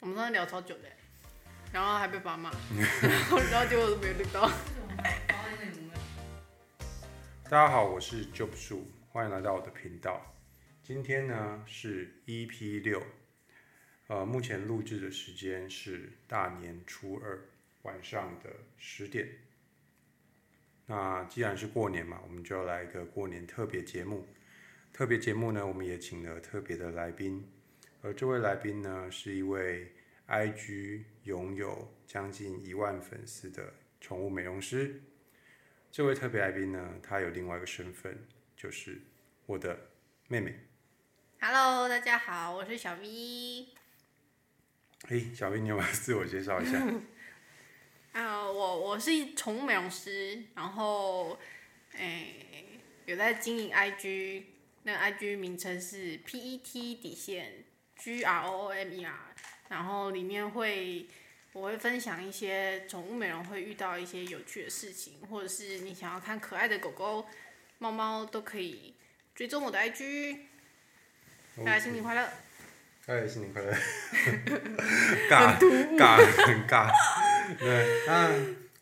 那聊超久的、欸然后还被爸骂， 然后然后结果都没有录到。大家好，我是 Job 树，欢迎来到我的频道。今天呢是 EP 六，呃，目前录制的时间是大年初二晚上的十点。那既然是过年嘛，我们就要来一个过年特别节目。特别节目呢，我们也请了特别的来宾，而这位来宾呢是一位 IG 拥有将近一万粉丝的宠物美容师。这位特别来宾呢，他有另外一个身份，就是我的妹妹。 Hello，大家好，我是小 V。哎，小薇，你要不要自我介绍 一下？哦啊、我我是宠物美容师，然后诶、有在经营 IG，那 IG 名称是 PET 底线 G R O O M E R，然后里面会我会分享一些宠物美容会遇到一些有趣的事情，或者是你想要看可爱的狗狗、猫猫都可以追踪我的 IG。大家新年快乐！哎，新 年快乐！尬尬很尬。对，那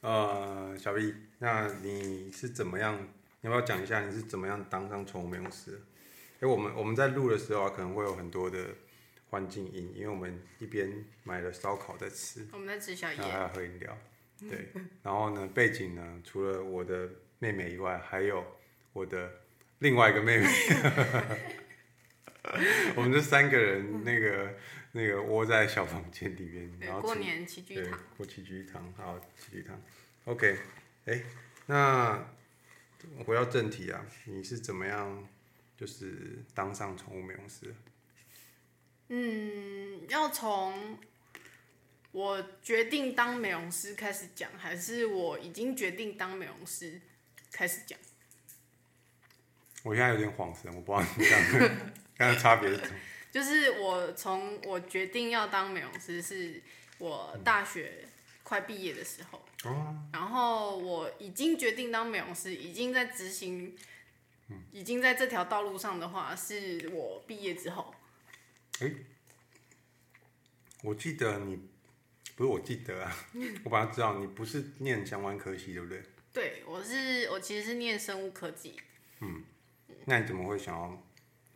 呃，小 B，那你是怎么样？你要不要讲一下你是怎么样当上宠物美容师的？哎，我们我们在录的时候啊，可能会有很多的环境音，因为我们一边买了烧烤在吃，我们在吃宵然后夜还，有喝饮料，对。然后呢，背景呢，除了我的妹妹以外，还有我的另外一个妹 妹。我们这三个人，那个那个窝在小房间里面，对然，后过吃年齐聚一对堂。，过起居一堂，好，起居一堂。OK，哎、那回到正题啊，你是怎么样就是当上宠物美容师的？嗯，要从我决定当美容师开始讲，还是我已经决定当美容师开始讲？我现在有点恍神，我不知道你这样 刚刚差别是什么。就是我从我决定要当美容师，是我大学快毕业的时候，哦，然后我已经决定当美容师，已经在执行，嗯已经在这条道路上的话，是我毕业之后。我记得你不是我记得啊，嗯我本来知道你不是念相关科系，对不对？对，我是我其实是念生物科技，那你怎么会想要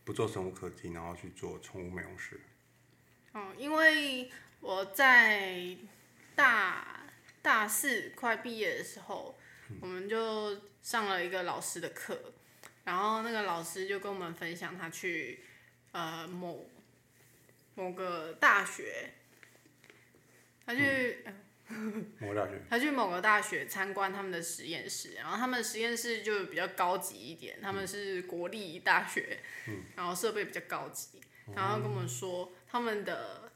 不做生物科技，然后去做宠物美容师？嗯，因为我在大大四快毕业的时候，我们就上了一个老师的课，然后那个老师就跟我们分享他去呃某某个大学，他去、我大学他去某个大学参观他们的实验室，然后他们的实验室就比较高级一点，他们是国立大学，然后设备比较高级，然后跟我们说他们的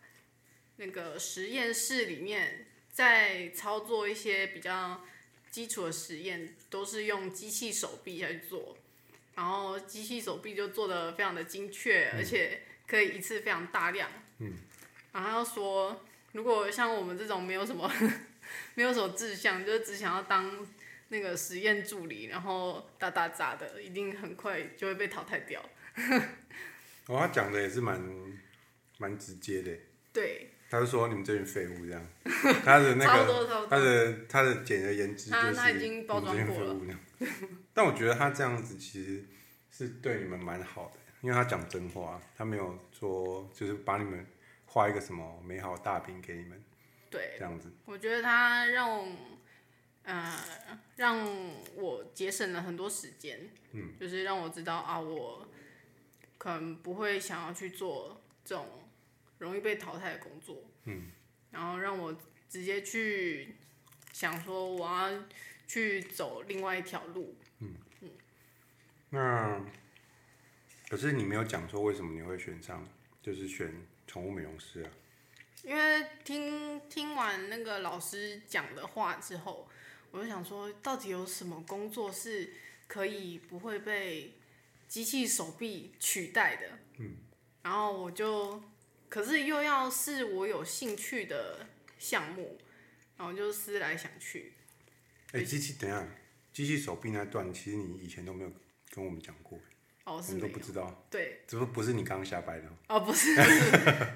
那个实验室里面在操作一些比较基础的实验，都是用机器手臂来做，然后机器手臂就做的非常的精确，而且可以一次非常大量，然后他就说如果像我们这种没有什么。 没有什么志向，就是只想要当那个实验助理，然后打打杂的，一定很快就会被淘汰掉。哦，他讲的也是蛮蛮直接的，对，他就说你们这群废物这样，他的那 差不个多差不他多。的他的简而言之就他是他已经包装你们这过群了废物这样。但我觉得他这样子其实是对你们蛮好的，因为他讲真话，他没有说就是把你们画一个什么美好大饼给你们对，这样子。我觉得他让我，呃，让我节省了很多时间。嗯，就是让我知道啊，我可能不会想要去做这种容易被淘汰的工作。嗯，然后让我直接去想说，我要去走另外一条路。那可是你没有讲说为什么你会选上，就是选宠物美容师啊？因为听听完那个老师讲的话之后，我就想说，到底有什么工作是可以不会被机器手臂取代的？嗯，然后我就，可是又要是我有兴趣的项目，然后就思来想去，哎、机器，等一下，机器手臂那段其实你以前都没有跟我们讲过，哦，我是们都没不有，知道，对，这不不是你刚下班的哦， 哦，不是，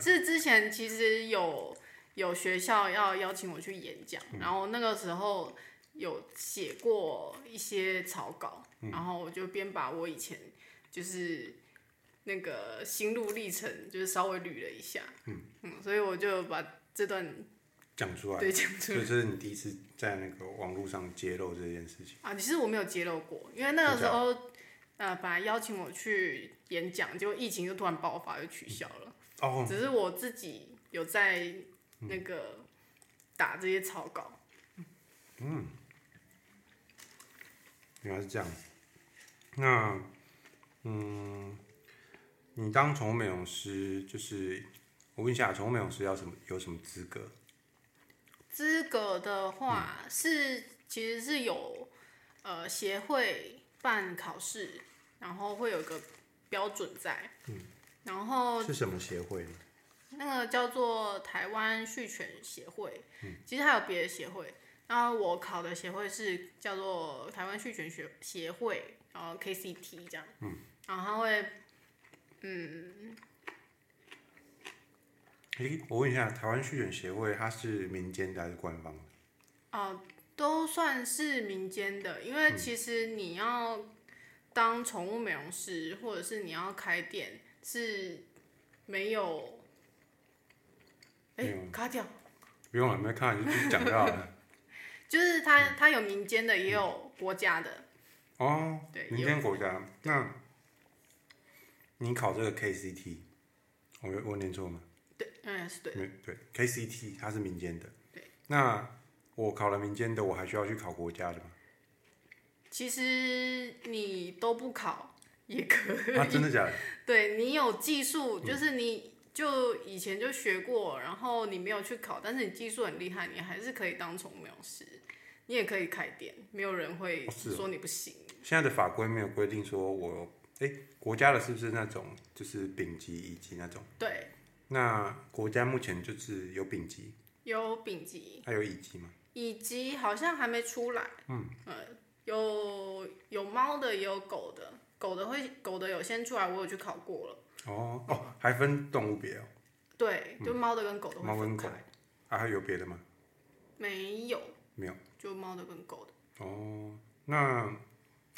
是之前其实有有学校要邀请我去演讲，然后那个时候有写过一些草稿，然后我就边把我以前就是那个心路历程，就是稍微捋了一下，嗯所以我就把这段讲出来，对讲出所以这是你第一次在那个网络上揭露这件事情。啊，其实我没有揭露过，因为那个时候呃，本来邀请我去演讲，结果疫情就突然爆发，就取消了。哦，只是我自己有在那个打这些草稿，原来是这样。那，嗯，你当宠物美容师，就是我问一下，宠物美容师要什么有什么资格？资格的话是、其实是有呃协会办考试，然后会有个标准在，然后是什么协会呢？那个叫做台湾续犬协会，其实还有别的协会。然后我考的协会是叫做台湾续犬学协会，然后 KCT 这样，然后它会嗯诶，我问一下，台湾续犬协会它是民间的还是官方的？哦，都算是民间的，因嗯为其实你要当宠物美容师，或者是你要开店，是没有，哎、没卡掉，不用了，没看到就是讲到了。就是它嗯它有民间的，也有国家的，哦，对民间国家。那，你考这个 KCT，我我念错吗？对，嗯，是对的，没对，KCT 它是民间的。那我考了民间的，我还需要去考国家的吗？其实你都不考也可以，啊，真的假的？对你有技术，嗯就是你就以前就学过，然后你没有去考，但是你技术很厉害，你还是可以当宠物美容师，你也可以开店，没有人会哦是哦说你不行。现在的法规没有规定说我有，哎、国家的是不是那种就是丙级、乙级那种？对，那国家目前就是有丙级，有丙级，还有乙级吗？乙级好像还没出来。嗯，呃，有有猫的，也有狗的，狗的会狗的有先出来，我有去考过了。哦哦，还分动物别哦，对，就猫的跟狗的猫会跟分狗开，啊，还有别的吗？没有，没有。就猫的跟狗的。哦，那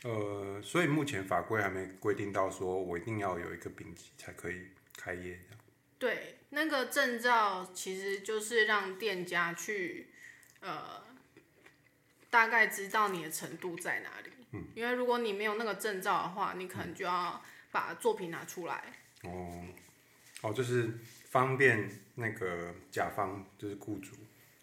呃，所以目前法规还没规定到说我一定要有一个丙级才可以开业这样。对，那个证照其实就是让店家去，呃，大概知道你的程度在哪里。嗯，因为如果你没有那个证照的话，你可能就要把作品拿出来。哦，哦，就是方便那个甲方，就是雇主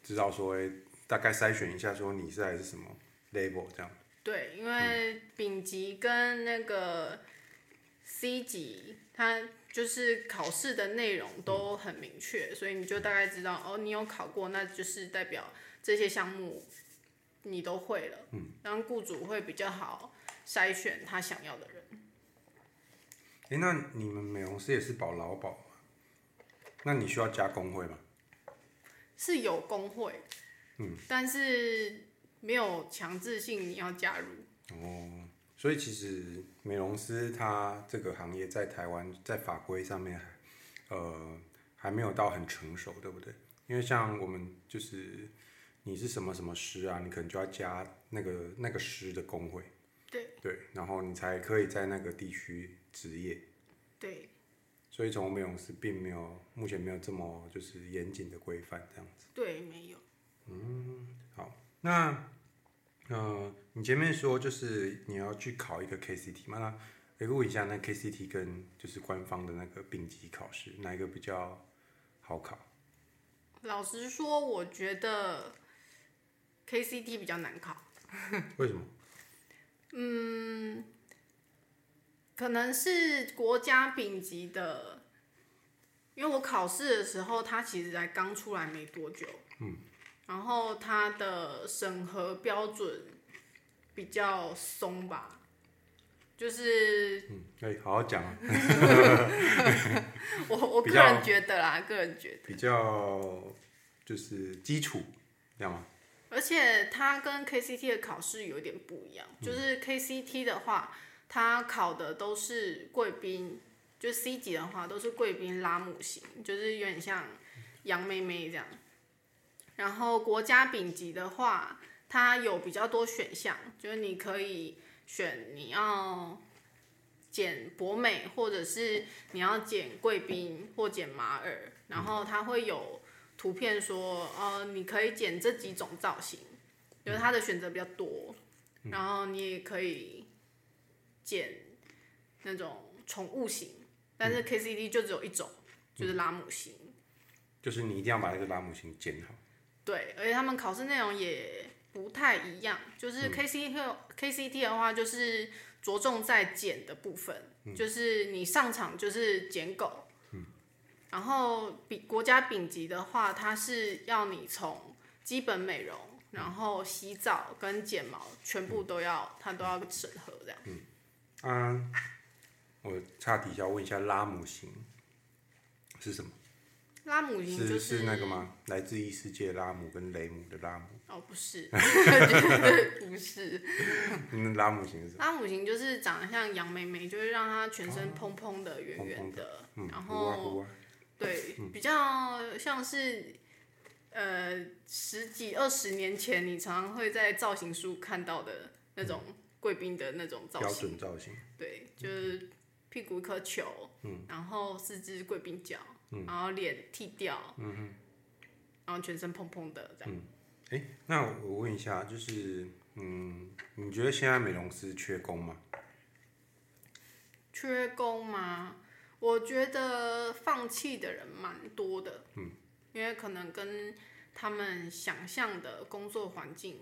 知道说，哎、大概筛选一下说你是来自什么 label 这样。对，因为丙级跟那个 C 级，它就是考试的内容都很明确，所以你就大概知道哦，你有考过，那就是代表这些项目你都会了。嗯，让雇主会比较好筛选他想要的人。哎、那你们美容师也是保劳保吗？那你需要加工会吗？是有工会，嗯，但是没有强制性你要加入。哦，所以其实美容师他这个行业在台湾在法规上面还，呃，还没有到很成熟，对不对？因为像我们就是你是什么什么师啊，你可能就要加那个那个师的工会，对对，然后你才可以在那个地区执业。对，所以宠物美容师并没有目前没有这么就是严谨的规范这样子。对，没有。那，呃，你前面说就是你要去考一个 KCT 嘛？那回顾一下，那 KCT 跟就是官方的那个丙级考试，哪一个比较好考？老实说，我觉得 KCT 比较难考，为什么？可能是国家丙级的，因为我考试的时候，它其实才刚出来没多久，嗯，然后它的审核标准比较松吧，就是 嗯，哎、好好讲啊，我我比个较人觉得啦，个人觉得。比较就是基础，这样吗？而且它跟 KCT 的考试有点不一样，就是 KCT 的话，它考的都是贵宾，就 C 级的话都是贵宾拉姆型，就是有点像杨妹妹这样。然后国家丙级的话，它有比较多选项，就是你可以选你要剪博美，或者是你要剪贵宾或剪马尔，然后它会有图片说，呃，你可以剪这几种造型，就是它的选择比较多，然后你也可以剪那种宠物型，但是 KCD 就只有一种，就是拉姆型。就是你一定要把那个拉姆型剪好。对，而且他们考试内容也不太一样，就是嗯 K C T、K C T 的话，就是着重在剪的部分，嗯就是你上场就是剪狗，然后比国家丙级的话，它是要你从基本美容，然后洗澡跟剪毛全部都要，它都要审核这样。啊，我岔题一下，问一下拉姆型是什么？拉姆型就是是那个吗？来自异世界拉姆跟雷姆的拉姆，哦，不是， 绝对不是。嗯，拉姆型是什么？拉姆型就是长得像杨妹妹，就是让她全哦身蓬蓬的、圆圆的，嗯，然呼啊后呼啊，对，比较像是呃十几二十年前你常常会在造型书看到的那种贵宾的那种造嗯标型，准造型。对，就是屁股一颗球，嗯然后四只贵宾脚，然后脸剃掉，嗯然后全身蓬蓬的这样。哎、那我问一下，就是嗯，你觉得现在美容师缺工吗？缺工吗？我觉得放弃的人蛮多的，嗯，因为可能跟他们想象的工作环境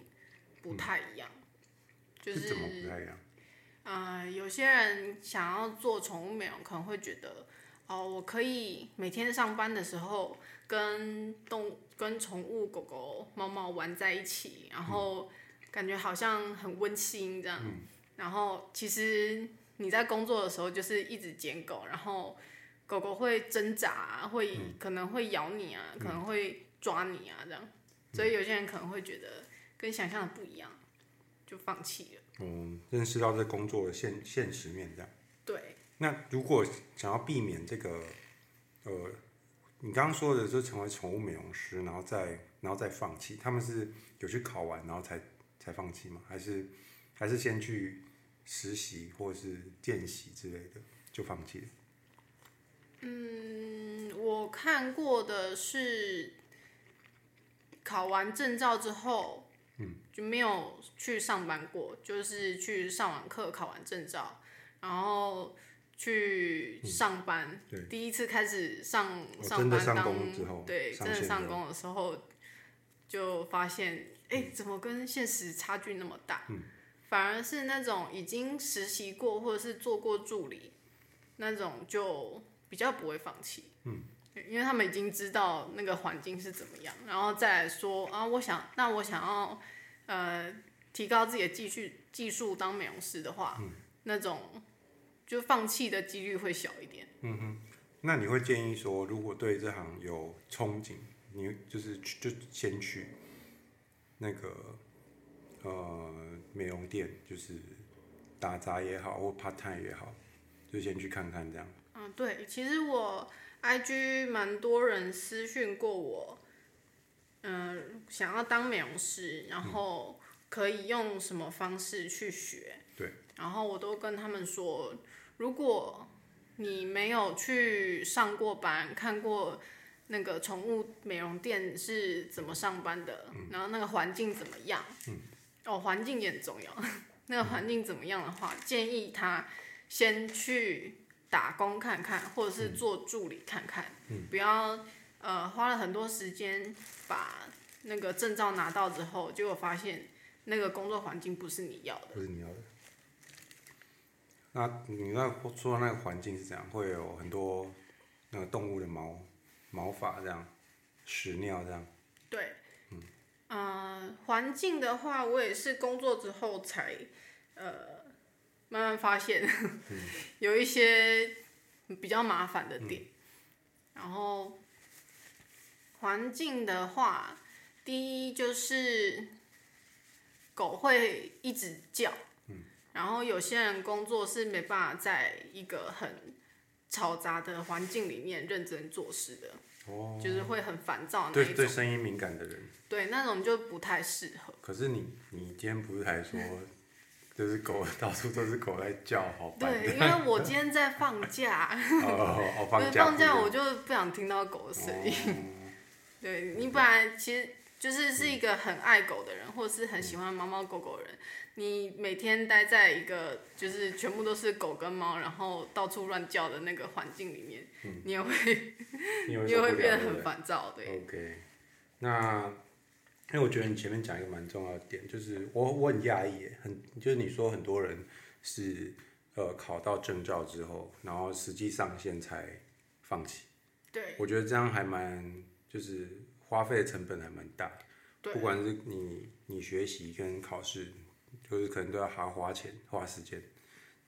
不太一样，就是怎么不太一样？呃，有些人想要做宠物美容，可能会觉得，哦，我可以每天上班的时候跟动跟宠物狗狗、猫猫玩在一起，然后感觉好像很温馨这样。然后其实你在工作的时候就是一直捡狗，然后狗狗会挣扎啊，会、可能会咬你啊，可能会抓你啊这样。所以有些人可能会觉得跟想象的不一样，就放弃了。嗯，认识到这工作的现现实面这样。对。那如果想要避免这个，呃，你刚刚说的，就成为宠物美容师，然后再然后再放弃，他们是有去考完然后才才放弃吗？还是还是先去实习或是见习之类的就放弃了？嗯，我看过的是考完证照之后，嗯，就没有去上班过，就是去上完课，考完证照，然后去上班。嗯对第一次开始上哦上真的班上当工之后对，上真的线上之后嗯工的时候就发现，哎、怎么跟现实差距那么大？反而是那种已经实习过或者是做过助理那种，就比较不会放弃。嗯，因为他们已经知道那个环境是怎么样，然后再来说啊，我想那我想要呃提高自己的技术技术当美容师的话，那种就放弃的几率会小一点。那你会建议说，如果对这行有憧憬，你就是去就先去那个呃美容店，就是打杂也好，或 part time 也好，就先去看看这样。嗯，对，其实我 IG 蛮多人私讯过我，嗯、想要当美容师，然后可以用什么方式去学？对，然后我都跟他们说，如果你没有去上过班，看过那个宠物美容店是怎么上班的，然后那个环境怎么样？哦，环境也很重要。 那个环境怎么样的话，建议他先去打工看看，或者是做助理看看，不要呃花了很多时间把那个证照拿到之后，结果发现那个工作环境不是你要的。不是你要的。那你那说那个环境是怎样？会有很多那个动物的毛毛发这样，屎尿这样。对，嗯，环境的话，我也是工作之后才呃慢慢发 现有一些比较麻烦的嗯点，然后环境的话，第一就是狗会一直叫，嗯然后有些人工作是没办法在一个很嘈杂的环境里面认真做事的，哦，哦，就是会很烦躁的那对一对，种，声音敏感的人。对那种就不太适合。可是你你今天不是还 说，就是狗 到处都是狗在叫，好烦。对，因为我今天在放假， 哦哦，因为放假放假不我是就不想听到狗的声音。 哦对你本来其实就是是一个很爱狗的人，或是很喜欢猫猫狗狗的人，你每天待在一个就是全部都是狗跟猫，然后到处乱叫的那个环境里面，嗯你也会你你也有会变得很很烦躁，对， OK，那因为我觉得你前面讲一个蛮重要的点，就是我我很讶异耶，很就是你说很多人是呃考到证照之后，然后实际上线才放弃，对我觉得这样还蛮就是花费的成本还蛮大的，对不管是你你学习跟考试，就是可能都要还要花钱花时间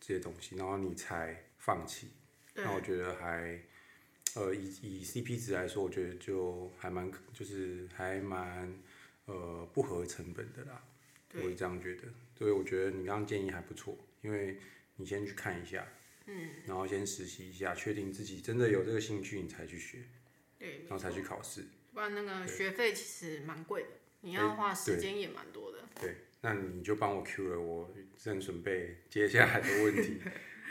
这些东西，然后你才放弃。对那我觉得还，呃，以以 CP 值来说，我觉得就还蛮，就是还蛮，呃，不合成本的啦。我对是这样觉得，所以我觉得你刚刚建议还不错，因为你先去看一下，嗯，然后先实习一下，确定自己真的有这个兴趣，你才去学，对，没然后才错去考试。不然那个学费其实蛮贵的，你哎要花时间也蛮多的。对，那你就帮我 Q 了，我正准备接下来的问 题。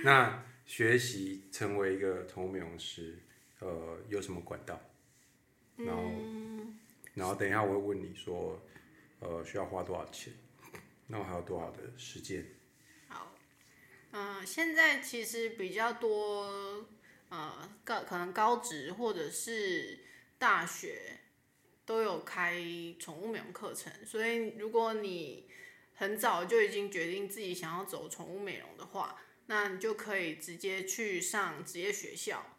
那学习成为一个宠物美容师，呃，有什么管道？然嗯后，然后等一下我会问你说，呃，需要花多少钱？那我还有多少的时间？好，嗯、现在其实比较多，呃，高可能高职或者是大学都有开宠物美容课程，所以如果你很早就已经决定自己想要走宠物美容的话，那你就可以直接去上职业学校，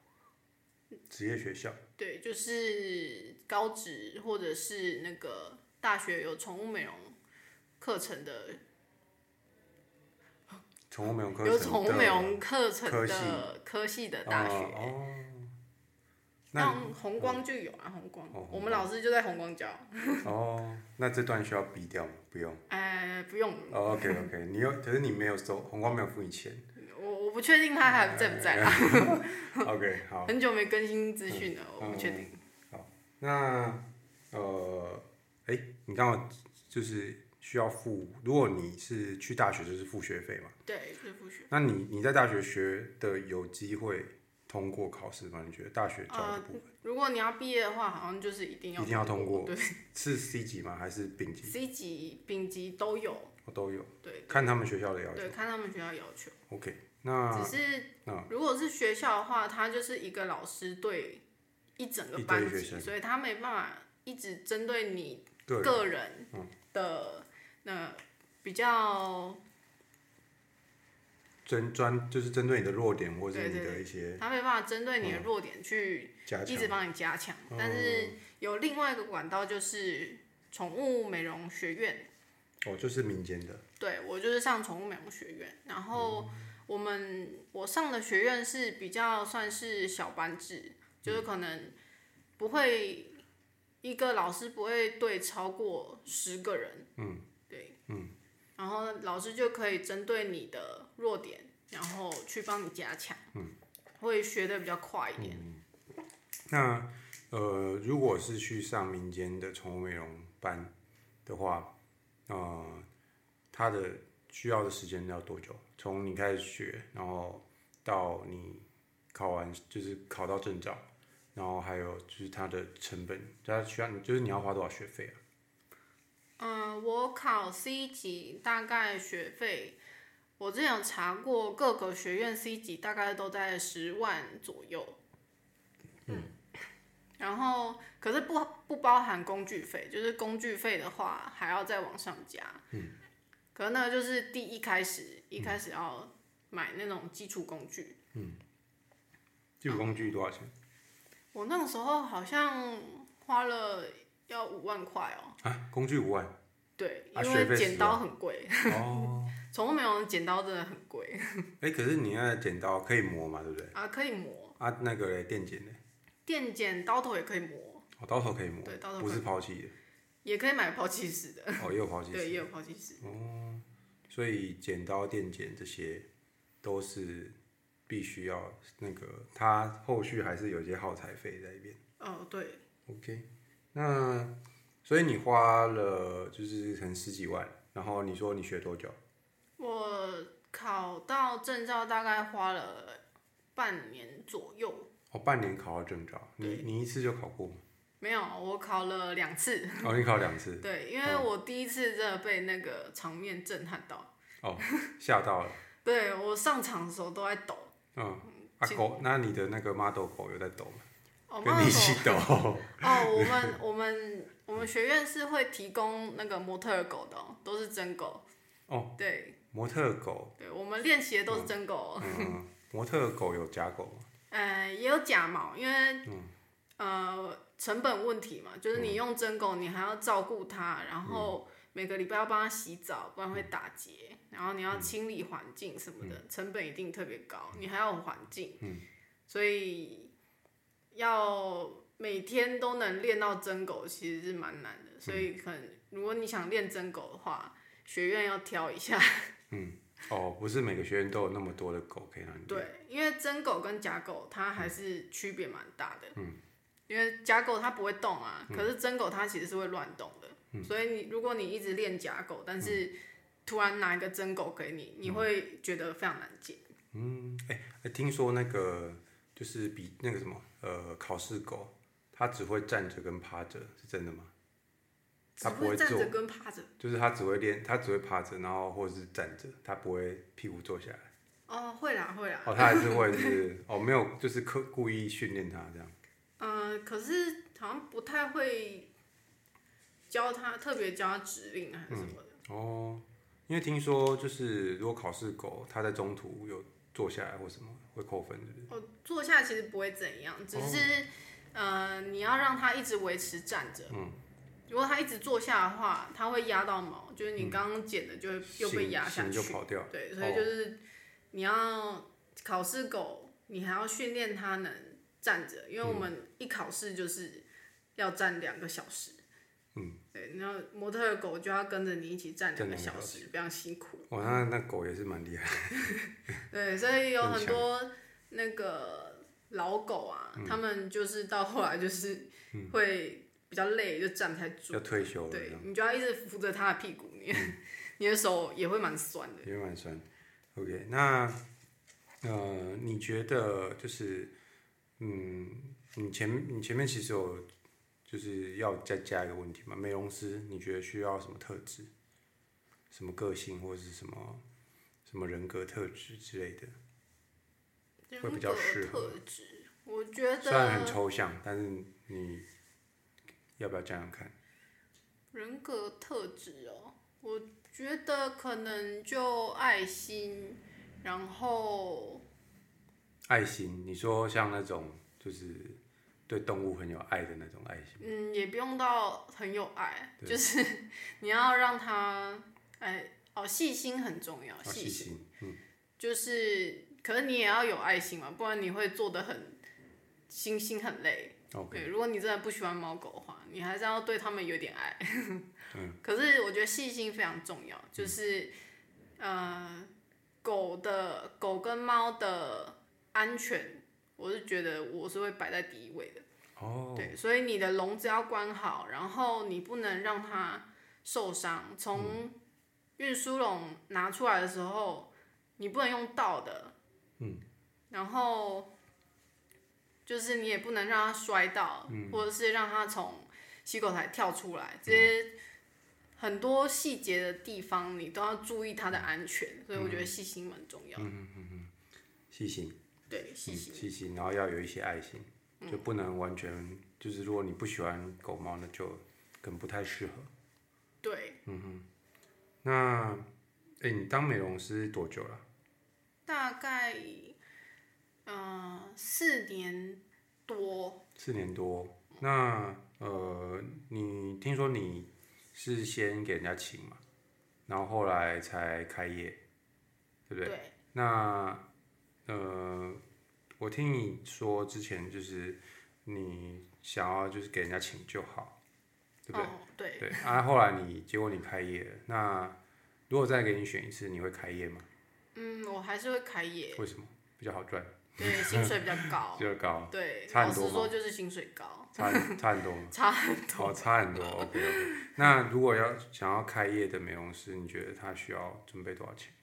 职业学校对，就是高职或者是那个大学有宠物美容课程的宠物美容课程有的宠物美容课程科的系科系的大学，哦哦，那像红光就有啊，红光，哦我们老师就在红光教，哦，那这段需要逼掉吗？不用。呃，不用，哦、o k OK，你有，可是你没有收，红光没有付你钱。 我我不确定他还在不在哎啊， OK，好。很久没更新资讯了，嗯我不确定。那呃，哎、你刚好就是需要付，如果你是去大学就是付学费嘛，对，就是不学，那你你在大学学的有机会通过考试吗？你觉得大学教的呃部分、，如果你要毕业的话，好像就是一定要一定要通过对是 C 级吗？还是丙级？ ，C 级、丙级都有，我都有，对看他们学校的要求。对，看他们学校要求。 OK，那只是啊如果是学校的话，他就是一个老师对一整个一堆班学级，生所以他没办法一直针对你个人个人嗯的那比较，针专就是针对你的弱点或是对你对的一些他没办法针对你的弱点去加一强直，帮你嗯加强，哦但是有另外一个管道就是宠物美容学院，哦，就是民间的对我就是上宠物美容学院，然后我们我上的学院是比较算是小班制，就是可能不会一个老师不会对超过十个人，嗯，对，嗯，然后老师就可以针对你的弱点，然后去帮你加强，嗯，会学的比较快一点，那呃，如果是去上民间的宠物美容班的话，呃，它的需要的时间要多久？从你开始学，然后到你考完，就是考到证照，然后还有就是它的成本，它需要你就是你要花多少学费啊？嗯，我考 C 级大概学费，我之前有查过，各个学院 C 级大概都在十万左右。嗯，然后可是不不包含工具费，就是工具费的话还要再往上加。嗯，可能那个就是第一开始一开始要买那种基础工具，基础工具多少钱？我那个时候好像花了要五万块哦。啊，工具五万对，啊因学为费剪10刀很贵， 哦。宠物美容剪刀真的很贵。哎、可是你那剪刀可以磨嘛，对不对？啊，可以磨，啊，那个嘞电剪嘞，电剪刀头也可以磨，哦，刀头可以磨，对刀头不可是抛弃 也可以买抛弃式的，的，哦，也有抛弃。对，也有抛弃式。所以剪刀、电剪这些都是必须要那个，它后续还是有一些耗材费在一边。哦，对， OK，那所以你花了就是可能十几万，然后你说你学多久？我考到证照大概花了半年左右，哦，半年考到证照，你你一次就考过吗？没有，我考了两次。哦，你考两次，对，因哦为我第一次真的被那个场面震撼到，吓到了。对我上场的时候都在抖。嗯，啊狗，那你的那个 model 狗有在抖吗？哦，跟妈你的一起抖。哦，我们我们我们学院是会提供那个模特儿狗的哦、都是真狗。哦，对模特狗，对，我们练习的都是真狗哦。嗯，模特狗有假狗吗？呃，也有假毛，因为、呃成本问题嘛，就是你用真狗，你还要照顾它，然后每个礼拜要帮它洗澡，不然会打结，然后你要清理环境什么的，成本一定特别高，你还要有环境，所以要每天都能练到真狗其实是蛮难的，所以可能如果你想练真狗的话，学院要挑一下，哦，不是每个学院都有那么多的狗可以让你。对，因为真狗跟假狗它嗯还是区别蛮大的。嗯，因为假狗它不会动啊，嗯可是真狗它其实是会乱动的。所以你如果你一直练假狗，但是嗯突然拿一个真狗给你，你会觉得非常难解。嗯，哎、哎听说那个就是比那个什么呃考试狗，它只会站着跟趴着，是真的吗？只它不会站坐着跟趴着。就是它只会练，它只会趴着，然后或者是站着，它不会屁股坐下来。哦，会啦会啦。哦，它还是会是哦，没有，就是刻故意训练它这样。嗯、可是好像不太会教它，特别教它指令嗯还是什么的。哦，因为听说就是如果考试狗它在中途有坐下来或什么会扣分，是不是？哦，坐下其实不会怎样，只哦是、呃，你要让它一直维持站着。嗯。如果它一直坐下的话，它会压到毛，就是你刚刚剪的就会又被行压下行去嗯就。跑掉。哦对，所以就是你要考试狗，你还要训练它能站着，因为嗯我们一考试就是要站两个小时。嗯。对，然后模特儿狗就要跟着你一起站站两个两小个小时，非常辛苦。哇，那那狗也是蛮厉害。对，所以有很很强嗯多那个老狗啊，他们就是到后来就是会比较累，就站不太住要。退休了，这对样嗯你就要一直扶着它的屁股，你、 你的手也会蛮酸的。也蛮酸。OK，那呃，你觉得就是嗯，你前你前面其实有就是要再加一个问题嘛？美容师你觉得需要什么特质？什么个性或者是什么什么人格特质之类的？会比较适人格合特质，我觉虽然很得抽象，但是你要不要讲讲看？人格特质哦，我觉得可能就爱心，然后爱心，你说像那种就是对动物很有爱的那种爱心，嗯，也不用到很有爱，对就是 你要让它哎哦，细心很重要，啊细细心心，就是，可是你也要有爱心嘛，不然你会做的很心心很累。 OK，对，如果你真的不喜欢猫狗的话，你还是要对它们有点爱。 可是我觉得细心非常重要，就是、呃，狗的狗跟猫的安全，我是觉得我是会摆在第一位的。哦，对，所以你的笼子要关好，然后你不能让它受伤。从嗯运输笼拿出来的时候，你不能用倒的，嗯，然后就是你也不能让它摔到，嗯或者是让它从吸口台跳出来，这些嗯很多细节的地方你都要注意它的安全，所以我嗯觉得细心蛮重要的。细心，对，细嗯心。细心，然后要有一些爱心，就不能完全就是如果你不喜欢狗猫，那就可能不太适合。对，那，哎、你当美容师多久了？大概呃四年多，四年多。那呃，你听说你是先给人家请嘛，然后后来才开业，对不对？对，那呃，我听你说之前就是你想要就是给人家请就好，对不对？哦，对，对啊，后来你结果你开业了，那如果再给你选一次，你会开业吗？嗯，我还是会开业，为什么？比较好赚。对， 薪水比较高，就高，对，差老很多实吗说就是薪水高，差很差很多吗， 差很多。哦，差很多。OK OK。那如果要想要开业的美容师，你觉得他需要准备多少钱？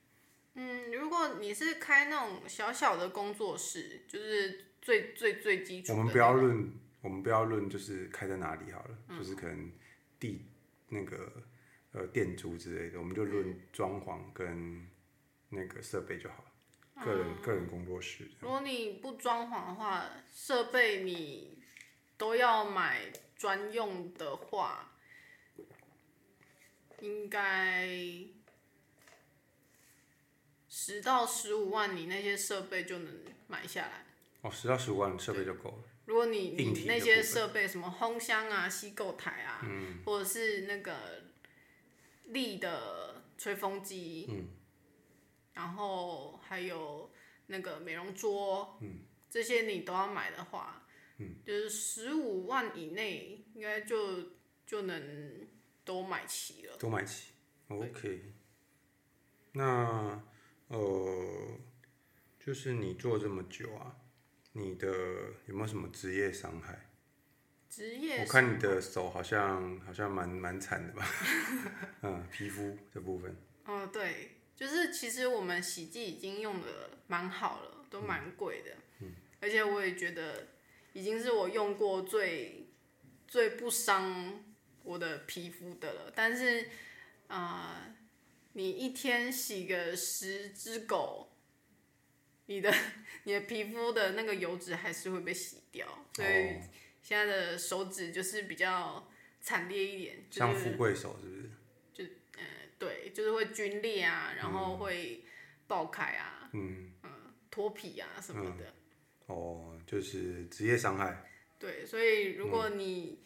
嗯，如果你是开那种小小的工作室，就是最最最基础我的那种，们不要论，我们不要论，就是开在哪里好了，嗯就是可能地那个呃店租之类的，我们就论装潢跟那个设备就好了。个人、哦个人工作室，如果你不装潢的话，设备你都要买专用的话，应该十到十五万，你那些设备就能买下来。哦，十到十五万设备就够了。如果你硬你体的那部些分嗯设备，什么烘箱啊、吸垢台啊，或者是那个力的吹风机，嗯然后还有那个美容桌，嗯这些你都要买的话，就是十五万以内，应该就就能都买齐了。都买齐。OK，那呃，就是你做这么久啊，你的有没有什么职业伤害？职业我看你的手好像好像蛮蛮 惨的吧？嗯，皮肤这部分，哦，对，就是其实我们洗剂已经用的蛮好了，都蛮贵的，而且我也觉得已经是我用过最最不伤我的皮肤的了。但是，啊、你一天洗个十只狗，你的你的皮肤的那个油脂还是会被洗掉，所以哦，现在的手指就是比较惨烈一点，就像是富贵手是不是？对，就是会皲裂啊，然后会爆开啊，嗯，脱皮啊什么的。哦，就是职业伤害。对，所以如嗯果你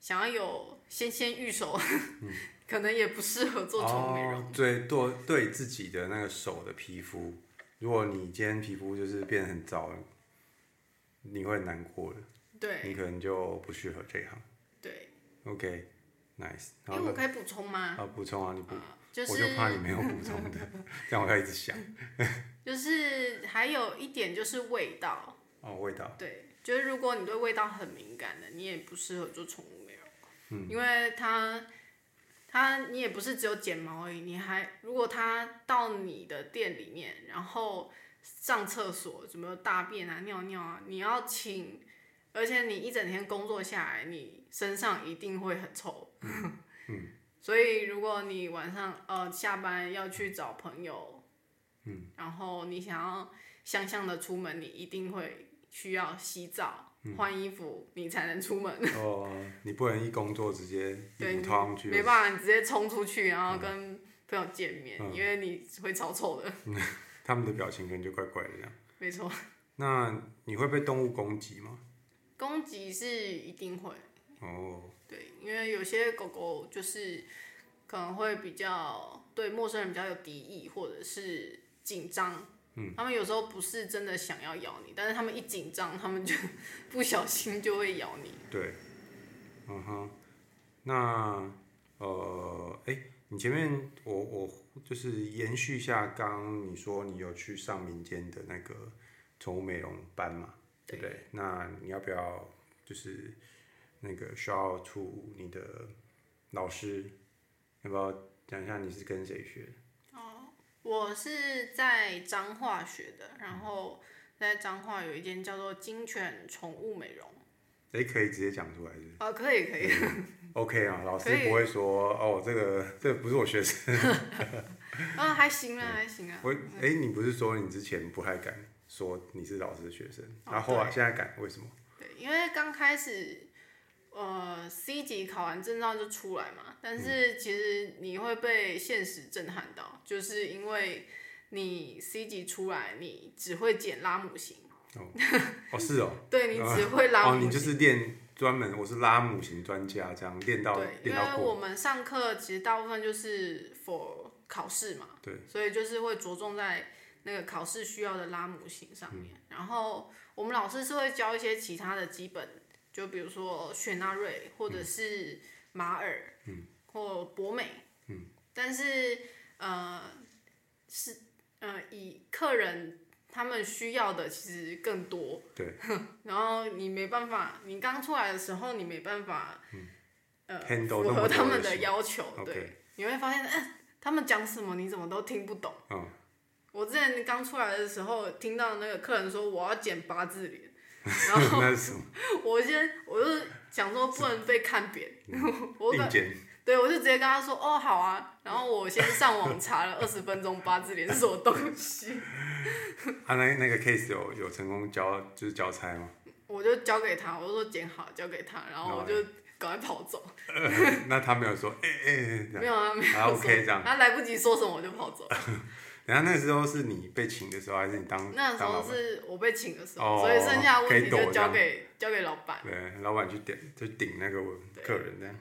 想要有纤纤玉手， 可能也不适合做宠美容。嗯哦，对，对，对自己的那个手的皮肤，如果你今天皮肤就是变得很糟，你会很难过的，你对可能就不适合这一行。对， OK，nice、因然为后我呢可以补充吗？啊，补充啊，你补，哦就是我就怕你没有补充的， 这样我要一直想。就是还有一点就是味道，哦，味道，对，就是如果你对味道很敏感的，你也不适合做宠物美容，因为它它你也不是只有剪毛而已，你还如果它到你的店里面，然后上厕所什么大便啊、尿尿啊，你要清，而且你一整天工作下来，你身上一定会很臭。所以，如果你晚上呃下班要去找朋友，嗯，然后你想要香香的出门，你一定会需要洗澡、换衣服，你才能出门。哦，你不能一工作直接对一股套嗯上去，没办法，你直接冲出去，然后跟朋友见面，嗯因为你会超臭的。 他们的表情可能就怪怪的这样。没错，那你会被动物攻击吗？攻击是一定会，哦，对，因为有些狗狗就是可能会比较对陌生人比较有敌意，或者是紧张。嗯，他们有时候不是真的想要咬你，但是他们一紧张，他们就 不小心就会咬你。对，嗯哼，那呃，哎、你前面我我就是延续一下刚刚你说你有去上民间的那个宠物美容班嘛，对不对？那你要不要就是那个 shout out to 你的老师？要不要讲一下你是跟谁学的？我是在彰化学的，然后在彰化有一间叫做金犬宠物美容，哎、可以直接讲出来是不是啊，可以可以， OK 啊，老嗯师可以不会说哦，这个这个不是我学生。 啊，还行啊，还行啊，我哎、你不是说你之前不太敢说你是老师的学生，哦然后后来对现在敢，为什么？对，因为刚开始，呃，C 级考完证照就出来嘛，但嗯是其实你会被现实震撼到，就是因为你 C 级出来，你只会剪拉姆型，哦，是哦，对你只会 拉哦，姆型。你就是练专门，我是拉姆型专家，这样练到对，因练到为我过，们上课其实大部分就是 for 考试嘛，对，所以就是会着重在那个考试需要的拉姆型上面。嗯然后我们老师是会教一些其他的基本，就比如说雪纳瑞或嗯者是马尔，嗯，或博美，嗯，但是呃是呃以客人。他们需要的其实更多。对。 然后你没办法，你刚出来的时候你没办法，呃，嗯 Handle 符那合么多他们的的事要求， OK 对，你会发现，嗯、他们讲什么你怎么都听不懂。嗯，我之前刚出来的时候，听到那个客人说我要剪八字脸， 那是什么？ 我先我就想说不能被看扁， 我硬感件 对我就直接跟他说哦好啊，然后我先上网查了二十分钟八字脸是什么东西，啊，那那个 case 有有成功交就是交差吗？我就交给他，我就说剪好交给他，然后我就赶快跑走， 那他没有说，哎、哎、哎这没有样。啊没有啊说， ，OK，这样他来不及说什么我就跑走。然后那时候是你被请的时候，还是你当那时当老候板？是我被请的时哦候，所以剩下的问可以题躲就交这样给交给老板。对，老板去点就顶那个对客人这样。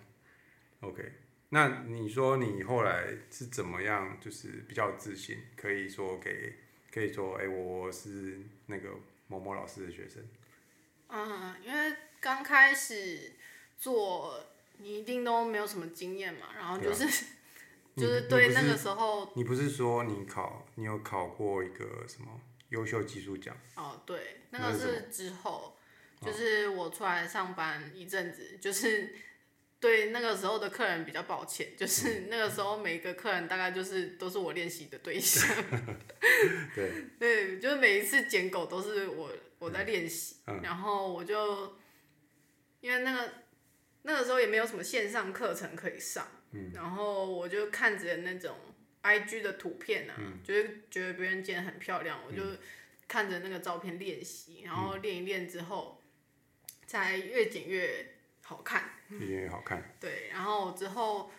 OK，那你说你后来是怎么样？就是比较有自信，可以说给，可以说，哎、我是那个某某老师的学生。嗯，因为刚开始做，你一定都没有什么经验嘛，然后就是 就是你对啊嗯你不那是个时候你不是说你考，你有考过一个什么优秀技术奖？哦，对，那那个是什哦是之后，就是我出来上班一阵子，就是对那个时候的客人比较抱歉，就是嗯那个时候每一个客人大概就是都是我练习的对象， 对，嗯对，就是每一次捡狗都是我我在练习，然后我就因为那个那个时候也没有什么线上课程可以上，嗯然后我就看着那种 I G 的图片啊，嗯就是觉得别人剪得很漂亮，我就看着那个照片练习，然后练一练之后，才越剪越好看。毕竟也好看。对，然后我之后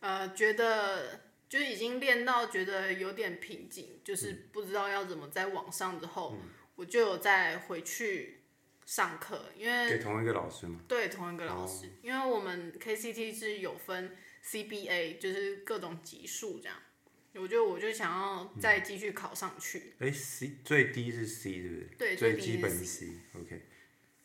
呃觉得就已经练到觉得有点瓶颈，就是不知道要怎么在网上之后，我就有再回去上课，因为给同一个老师吗？对同一个老师，因为我们 KCT 是有分 CBA，就是各种级数这样。我就我就想要再继续考上去，哎、c 最低是 C 是不是？对最最低基本是 C。OK，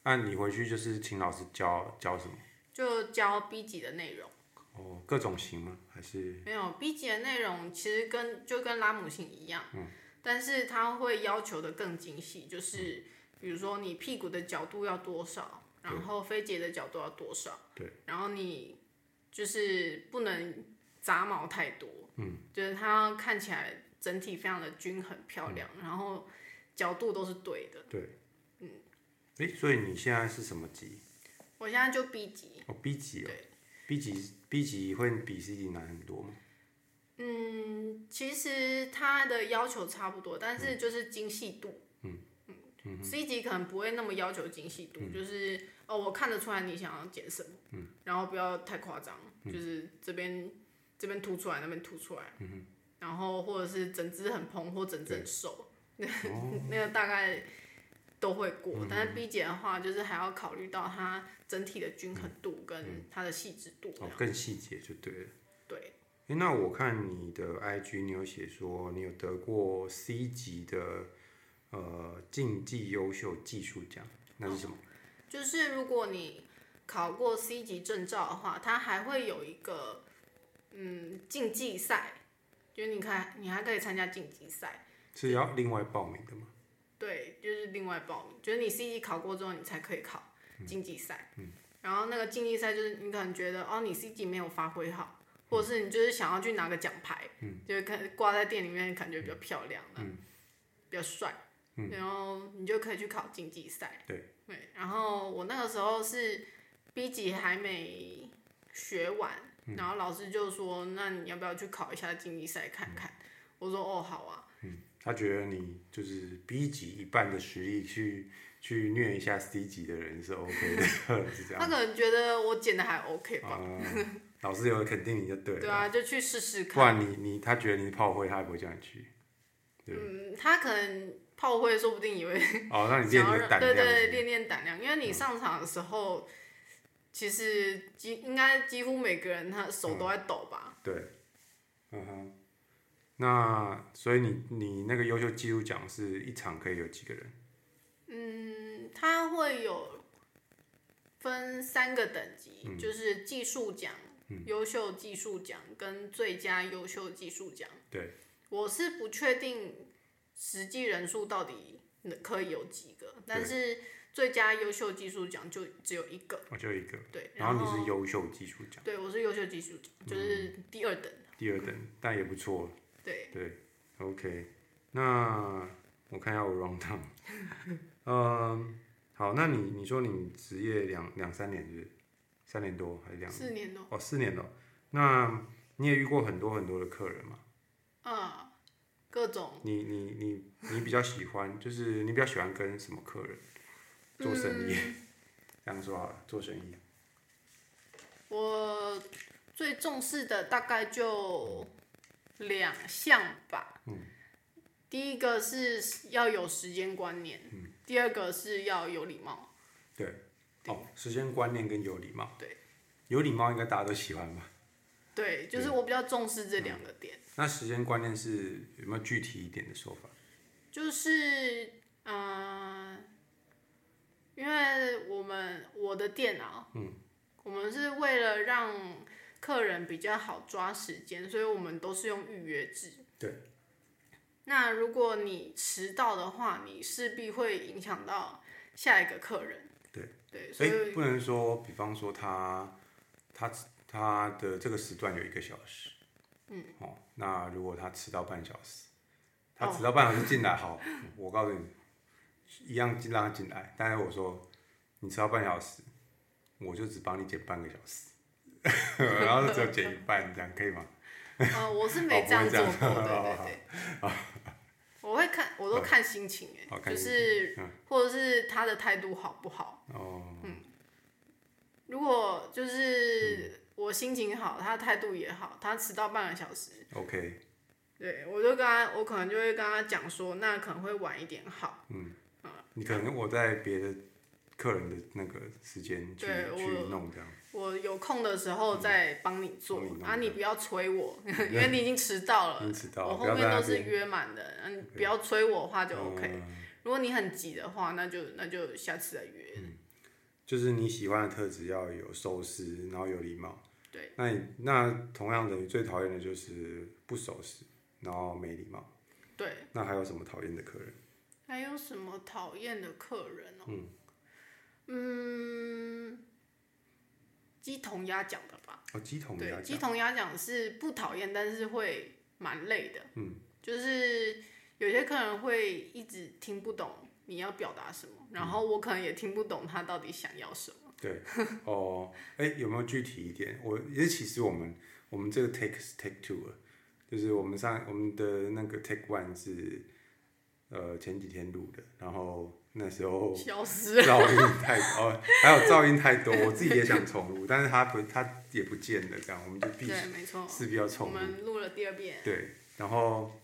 那、你回去就是请老师教教什么？就教 B 级的内容。哦，各种型吗？还是没有 B 级的内容，其实跟就跟拉姆型一样，但是它会要求的更精细，就是比如说你屁股的角度要多少，然后飞节的角度要多少，对，然后你就是不能杂毛太多，嗯，就是它要看起来整体非常的均衡漂亮，然后角度都是对的。对？嗯。哎、所以你现在是什么级？我现在就 B 级，哦，B 级哦对。 B 级 B 级会比 C 级难很多吗？嗯，其实它的要求差不多，但是就是精细度。嗯嗯 c 级可能不会那么要求精细度，就是哦，我看得出来你想要剪什么，嗯，然后不要太夸张，就是这边这边凸出来，那边凸出来，嗯然后或者是整只很蓬或整只很瘦， 那个大概都会过。但是 B 级的话，就是还要考虑到它整体的均衡度跟它的细致度这哦样，更细节就对了。对。哎、那我看你的 IG，你有写说你有得过 C 级的呃竞技优秀技术奖，那是什么？就是如果你考过 C 级证照的话，它还会有一个嗯竞技赛，就是你看你还可以参加竞技赛，是要另外报名的吗？对，就是另外报名，就是你 C 级考过之后，你才可以考竞技赛。嗯。然后那个竞技赛就是你可能觉得哦，你 C 级没有发挥好，或者是你就是想要去拿个奖牌，嗯，就是看挂在店里面感觉比较漂亮的，比较帅，嗯，然后你就可以去考竞技赛。对。对，然后我那个时候是 B 级还没学完，然后老师就说：“那你要不要去考一下竞技赛看看？”我说：“哦，好啊。”他觉得你就是 B 级一半的实力去去虐一下 C 级的人是 OK 的，是这他样。可能觉得我剪的还 OK 吧，啊、老师有肯定你就对了，对啊，就去试试不看。然你你他觉得你是炮灰，他也不会叫你 去。嗯，他可能炮灰，说不定也会哦，那你练想你要的让胆对量。对对练练胆量，因为嗯你上场的时候，其实几应该几乎每个人他手都在抖吧。对，嗯哼。那所以你你那个优秀技术奖是一场可以有几个人？嗯，他会有分三个等级，嗯就是技术奖、优秀技术奖跟最佳优秀技术奖。对，我是不确定实际人数到底能可以有几个，但对是最佳优秀技术奖就只有一个，哦我就一个。对，然后后你是优秀技术奖，嗯对我是优秀技术奖，就是第二等，第二等，但也不错。对，对，OK。那我看一下我 round down。嗯，好，那你你说你职业两两三年是不是三年多还是两四年多，哦四年了？那你也遇过很多很多的客人嘛？嗯，各种你你你你比较喜欢，就是你比较喜欢跟什么客人做生意？这样说好了，做生意。我最重视的大概就两项吧。嗯第一个是要有时间观念，嗯第二个是要有礼貌。对，哦，时间观念跟有礼貌。对，有礼貌应该大家都喜欢吧？对，就是我比较重视嗯这两个点，那时间观念是有没有具体一点的说法？就是嗯、呃因为我们我的电脑，嗯，我们是为了让客人比较好抓时间，所以我们都是用预约制。对，那如果你迟到的话，你势必会影响到下一个客人。对对，所所以、以不能说，比方说他他他的这个时段有一个小时，嗯，哦，那如果他迟到半小时，哦他迟到半小时进来，好，我告诉你，一样进让他进来，但是我说你迟到半小时，我就只帮你减半个小时， 然后只有减一半，这样可以吗？呃，我是没这样做过，哦不会这样对对 对。我会看，我都看心情哎、好看就心是、嗯或者是他的态度好不好。哦，如果嗯就是我心情好，他态度也好，他迟到半个小时， OK，对我就跟他，我可能就会跟他讲说，那可能会晚一点好。你可能我在别的客人的那个时间去对去我弄这样，我有空的时候再帮你做，帮你弄啊，你不要催我， 因为你已经迟到 了。你迟到，呃我后啊不要在面那都是边约满的，嗯，你不要催我的话就 OK。嗯如果你很急的话，那就那就下次再约。嗯就是你喜欢的特质要有收拾，然后有礼貌。对，那你那同样的，你最讨厌的就是不守时，然后没礼貌。对，那还有什么讨厌的客人？还有什么讨厌的客人哦？嗯，鸡同鸭讲的吧。哦，鸡同对鸭，鸡讲，同鸭讲是不讨厌，但是会蛮累的。嗯，就是有些客人会一直听不懂你要表达什么，然后我可能也听不懂他到底想要什么。对，哦，哎、有没有具体一点？我也其实我们我们这个 take 是 take two 了，就是我们上我们的那个 take one 是呃前几天录的，然后那时候 消失噪音太哦，还有噪音太多，我自己也想重录，但是他不他也不见了，这样我们就必须对，没错，势必要我重录。们录了第二遍。对，然后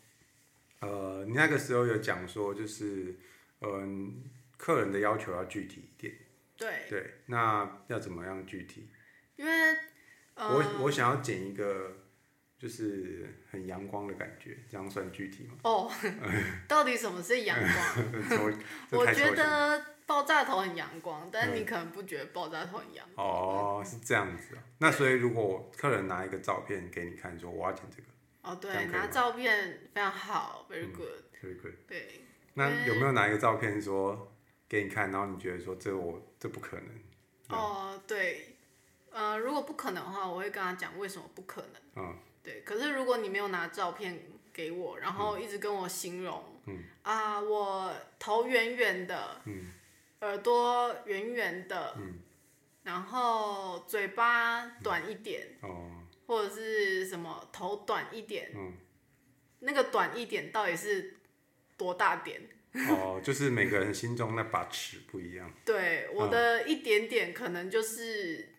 呃，你那个时候有讲说，就是嗯、客人的要求要具体一点。对，对，那要怎么样具体？因为呃，我我想要剪一个就是很阳光的感觉，这样算具体吗？ 哦，到底什么是阳光？抽 这我太觉抽象了。得爆炸头很阳光，但你可能不觉得爆炸头很阳光。哦，是这样子、啊。那所以如果客人拿一个照片给你看，说我要剪这个哦，这对，样可以吗嗯拿照片非常好，very good。 ，very good。对，那有没有哪一个照片说给你看，然后你觉得说这我这不可能？哦，对，呃，如果不可能的话，我会跟他讲为什么不可能。嗯，对，可是如果你没有拿照片给我，然后一直跟我形容，嗯啊，我头圆圆的，耳朵圆圆的，嗯然后嘴巴短一点，哦，或者是什么头短一点，嗯那个短一点到底是多大点？ 哦，就是每个人心中那把尺不一样。 对，我嗯的一点点可能就是，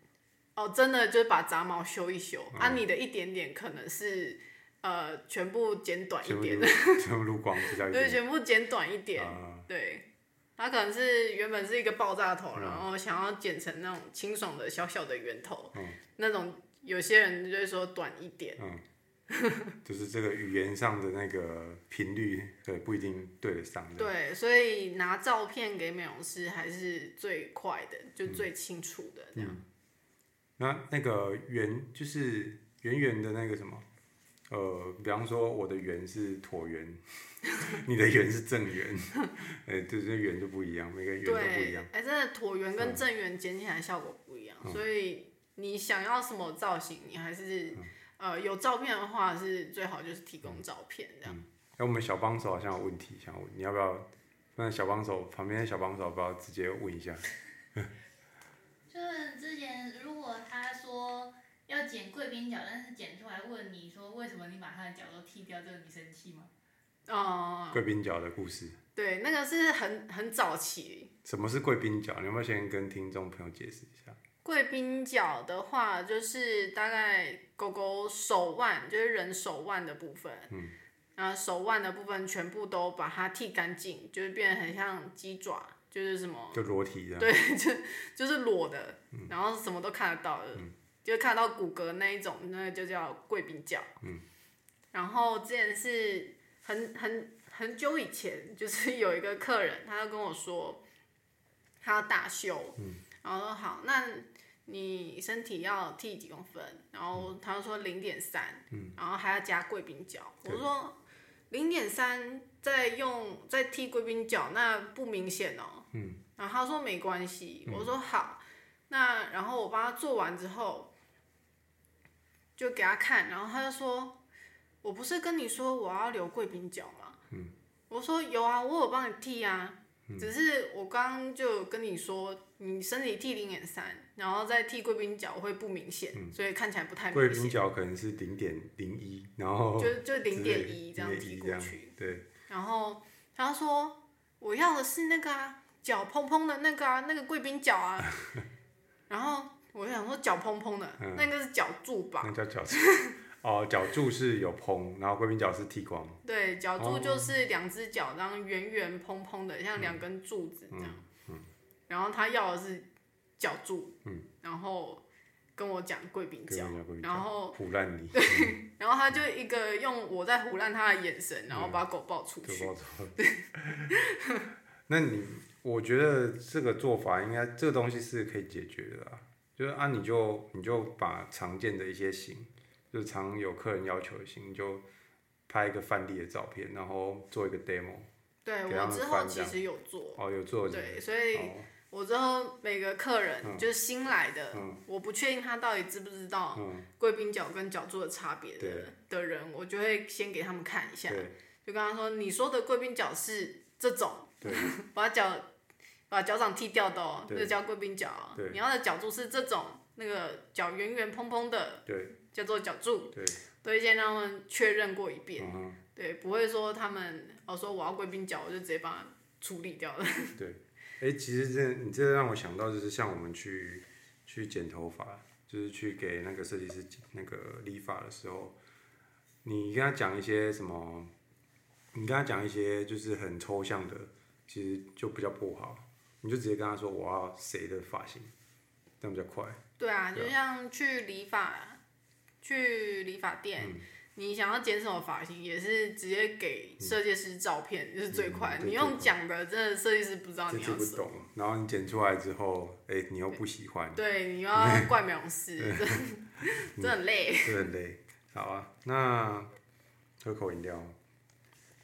哦，真的就是把杂毛修一修、啊，嗯你的一点点可能是，呃，全部剪短全一部点，撸全部撸光，这叫一对，点全部剪短一点，啊对。他可能是原本是一个爆炸嗯头，然后想要剪成那种清爽的小小的圆头，嗯那种有些人就会说短一点，就是这个语言上的那个频率，对，不一定对得上的。对，所以拿照片给美容师还是最快的，嗯就最清楚的这样。那那个圆就是圆圆的那个什么，呃，比方说我的圆是椭圆， 你的圆是正圆， 哎、对，这圆就不一样，每个圆都不一对样。，嗯哎，真的椭圆跟正圆剪起来效果不一样，所以你想要什么造型，你还嗯是呃有照片的话是最好就是提供照片这样。哎、我们小帮手好像有问题，想问你要不要？那小帮手旁边的小帮手，要不要直接问一下？就是之前如果他说要剪贵宾角，但是剪出来问你说为什么你把他的角都剃掉，这个你生气吗？嗯哦、贵宾角的故事，对，那个是很很早期。什么是贵宾角？你要不要先跟听众朋友解释一下？贵宾角的话，就是大概狗狗手腕，就是人手腕的部分，嗯，然后手腕的部分全部都把它剃干净，就是变得很像鸡爪，就是什么就裸体这样。哦对，就就是裸的，然后什么都看得到的，就看到骨骼那一种，那个就叫贵宾脚。然后之前是很很很久以前，就是 有一个客人，他就跟我说，他要大修，然后我说好，那你身体要剃几公分？然后他就说零点三，嗯然后还要加贵宾脚。我说零点三再用再剃贵宾脚，那不明显哦。嗯然后他说没关系，我说好，那然后我帮他做完之后，就给他看，然后他就说，我不是跟你说我要留贵宾角吗？嗯我说有啊，我有帮你剃啊，只是我刚刚就有跟你说，你身体剃零点三，然后再剃贵宾角会不明显，所以看起来不太嗯贵明宾显，角可能是零点零一，然后就就零点一哦之这样类剃0.1过去。对，然后他说我要的是那个啊，脚蓬蓬的那个啊，那个贵宾脚 啊。然后我就想说脚蓬蓬的，嗯那个是脚柱吧？那叫角 柱。哦，角柱是有蓬，然后贵宾角是剃光。对，脚柱哦就是两只脚，然后圆圆蓬蓬的，像嗯两根柱子这样。然后他要的是脚柱，嗯然后跟我讲贵宾贵脚宾角贵宾，角然后腐烂泥， 然后他就一个用我在胡乱他的眼神，然后把狗抱出嗯对去。包错。那你，我觉得这个做法应该，这个东西是可以解决的啦。就是啊，你就你就把常见的一些型，就是常有客人要求的型，你就拍一个范例的照片，然后做一个 demo。对给他我们之后翻这其样实有做，哦，有做的。对，所以哦我之后每个客人、就是新来的，嗯我不确定他到底知不知道嗯，贵宾角跟角柱的差别对的的人，我就会先给他们看一下，对就跟他说：“你说的贵宾角是这种，对 把脚把脚掌剃掉的哦，对这个叫贵宾角哦对。你要的角柱是这种，那个脚圆圆蓬蓬的，对叫做角柱。对，都会先让他们确认过一遍，嗯哼。对，不会说他们哦说我要贵宾角，我就直接帮他处理掉了。哎、其实这你这让我想到，就是像我们去去剪头发，就是去给那个设计师剪那个理发的时候，你跟他讲一些什么，你跟他讲一些就是很抽象的，其实就比较不好。你就直接跟他说我要谁的发型，这样比较快。对啊，对啊就像去理发，去理发店，嗯你想要剪什么发型，也是直接给设计师照片，就是最快。嗯对你最用快讲的，真的设计师不知道这你听要不什么。懂，然后你剪出来之后，哎、你又不喜欢，对，你要怪美容师， 真的真的很累。是很累。好啊，那喝口饮料。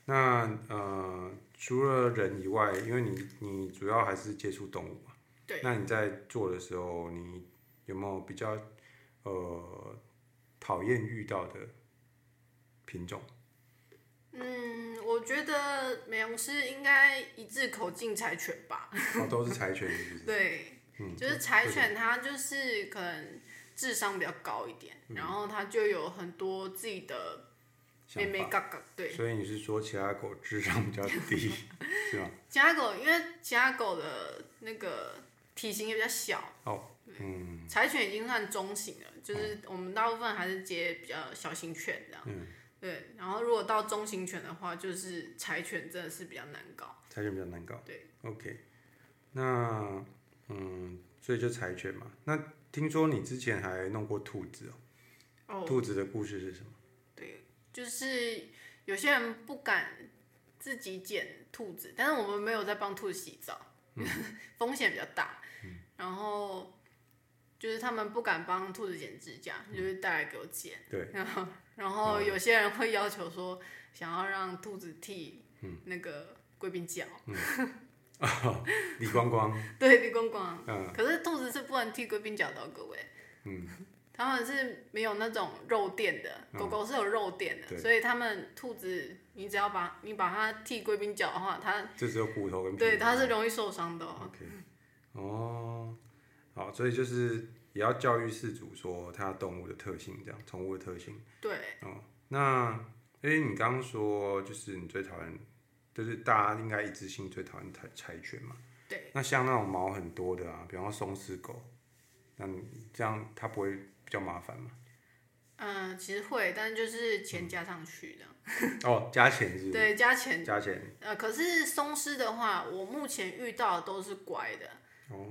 那呃，除了人以外，因为你你主要还是接触动物嘛，对，那你在做的时候，你有没有比较呃讨厌遇到的品种？嗯，我觉得美容师应该一致口径柴犬吧。哦，都是柴犬，是不嗯是？对，就是柴犬，它就是可能智商比较高一点，嗯然后它就有很多自己的妹妹想法嘎嘎，对。所以你是说其他狗智商比较 低，是吗？其他狗因为其他狗的那个体型也比较小，哦，嗯，哦柴犬已经算中型了，就是我们大部分还是接比较小型犬这样。嗯对，然后如果到中型犬的话，就是柴犬真的是比较难搞。柴犬比较难搞。对，OK，那嗯，所以就柴犬嘛。那听说你之前还弄过兔子哦，哦，兔子的故事是什么？对，就是有些人不敢自己剪兔子，但是我 们没有在帮兔子洗澡，风险比较大。然后就是他们不敢帮兔子剪指甲，就是带来给我剪。对，然后然后有些人会要求说，想要让兔子剃那个贵宾脚，李 光光，对，剃光光。嗯可是兔子是不能剃贵宾脚的、哦，各位。嗯，他们是没有那种肉垫的，嗯狗狗是有肉垫的，对所以他们兔子，你只要把你把它剃贵宾脚的话，它这只有骨头跟皮。对它是容易受伤的、哦。 OK，哦，好，所以就是也要教育饲主说它动物的特性，这样宠物的特性。对，那，哎、你刚刚说就是你最讨厌，就是大家应该一致性最讨厌柴柴犬嘛？对。那像那种毛很多的啊，比方说松狮狗，那你这样它不会比较麻烦吗？嗯，其实会，但就是钱加上去的，哦，加钱是不是？对，加钱。加钱。呃，可是松狮的话，我目前遇到的都是乖的，哦，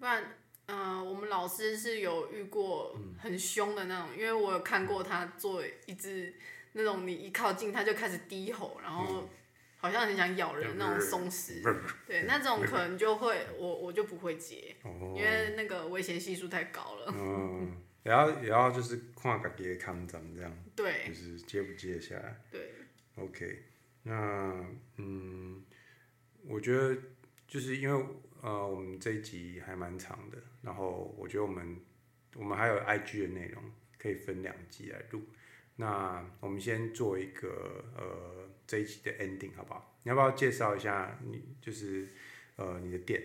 不然，呃，我们老师是有遇过很凶的那种，因为我有看过他做一只那种你一靠近它就开始低吼，然嗯后好像很想咬人那种松狮，对，那种可能就会我我就不会接，哦，因为那个危险系数太高了，嗯，也要也要就是看自己的康长这样， 对就是接不接得下来。对， OK，那嗯，我觉得就是因为呃，我们这一集还蛮长的，然后我觉得我们我们还有 IG 的内容可以分两集来录。那我们先做一个呃这一集的 ending 好不好？你要不要介绍一下你就是呃你的店？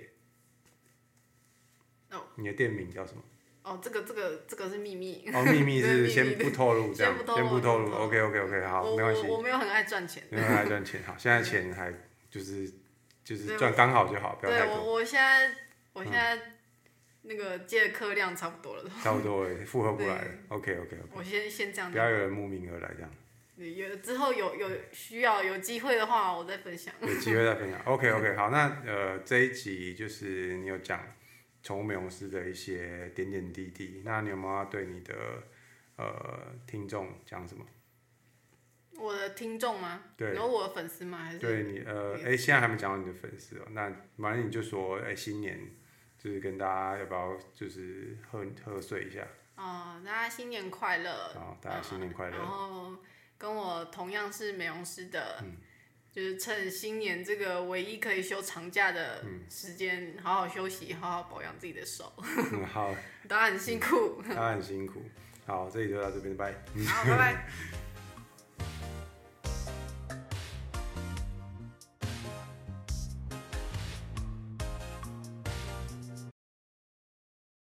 哦你的店名叫什么？哦，这个这个这个是秘密，哦，秘密对秘是密先不透露，这样先不透露不透露。先不透露 OK OK OK，好，我没关系。我我没有很爱赚钱。因为还赚钱哈，现在钱还就是就是对赚刚好就好，不要对太我，多，嗯我现在我现在那个借的客量差不多了，差不多了，负荷不来了。OK OK，我先先这样不。要有人慕名而来这样，有之后有有需要有机会的话，我再分享。有机会再分享。OK OK，好，那呃这一集就是你有讲宠物美容师的一些点点滴滴，那你有没有要对你的呃听众讲什么？我的听众吗？对然后我的粉丝吗？还是对你呃对哎、现在还没讲到你的粉丝哦、那反正你就说哎、新年就是跟大家要不要就是贺贺岁一下， 哦，大家新年快乐！好，大家新年快乐嗯。然后跟我同样是美容师的，嗯就是趁新年这个唯一可以休长假的时间，好好休息，好好保养自己的手。嗯，好。大家很辛苦，他很辛苦。好，这里就到这边，拜。好，拜拜。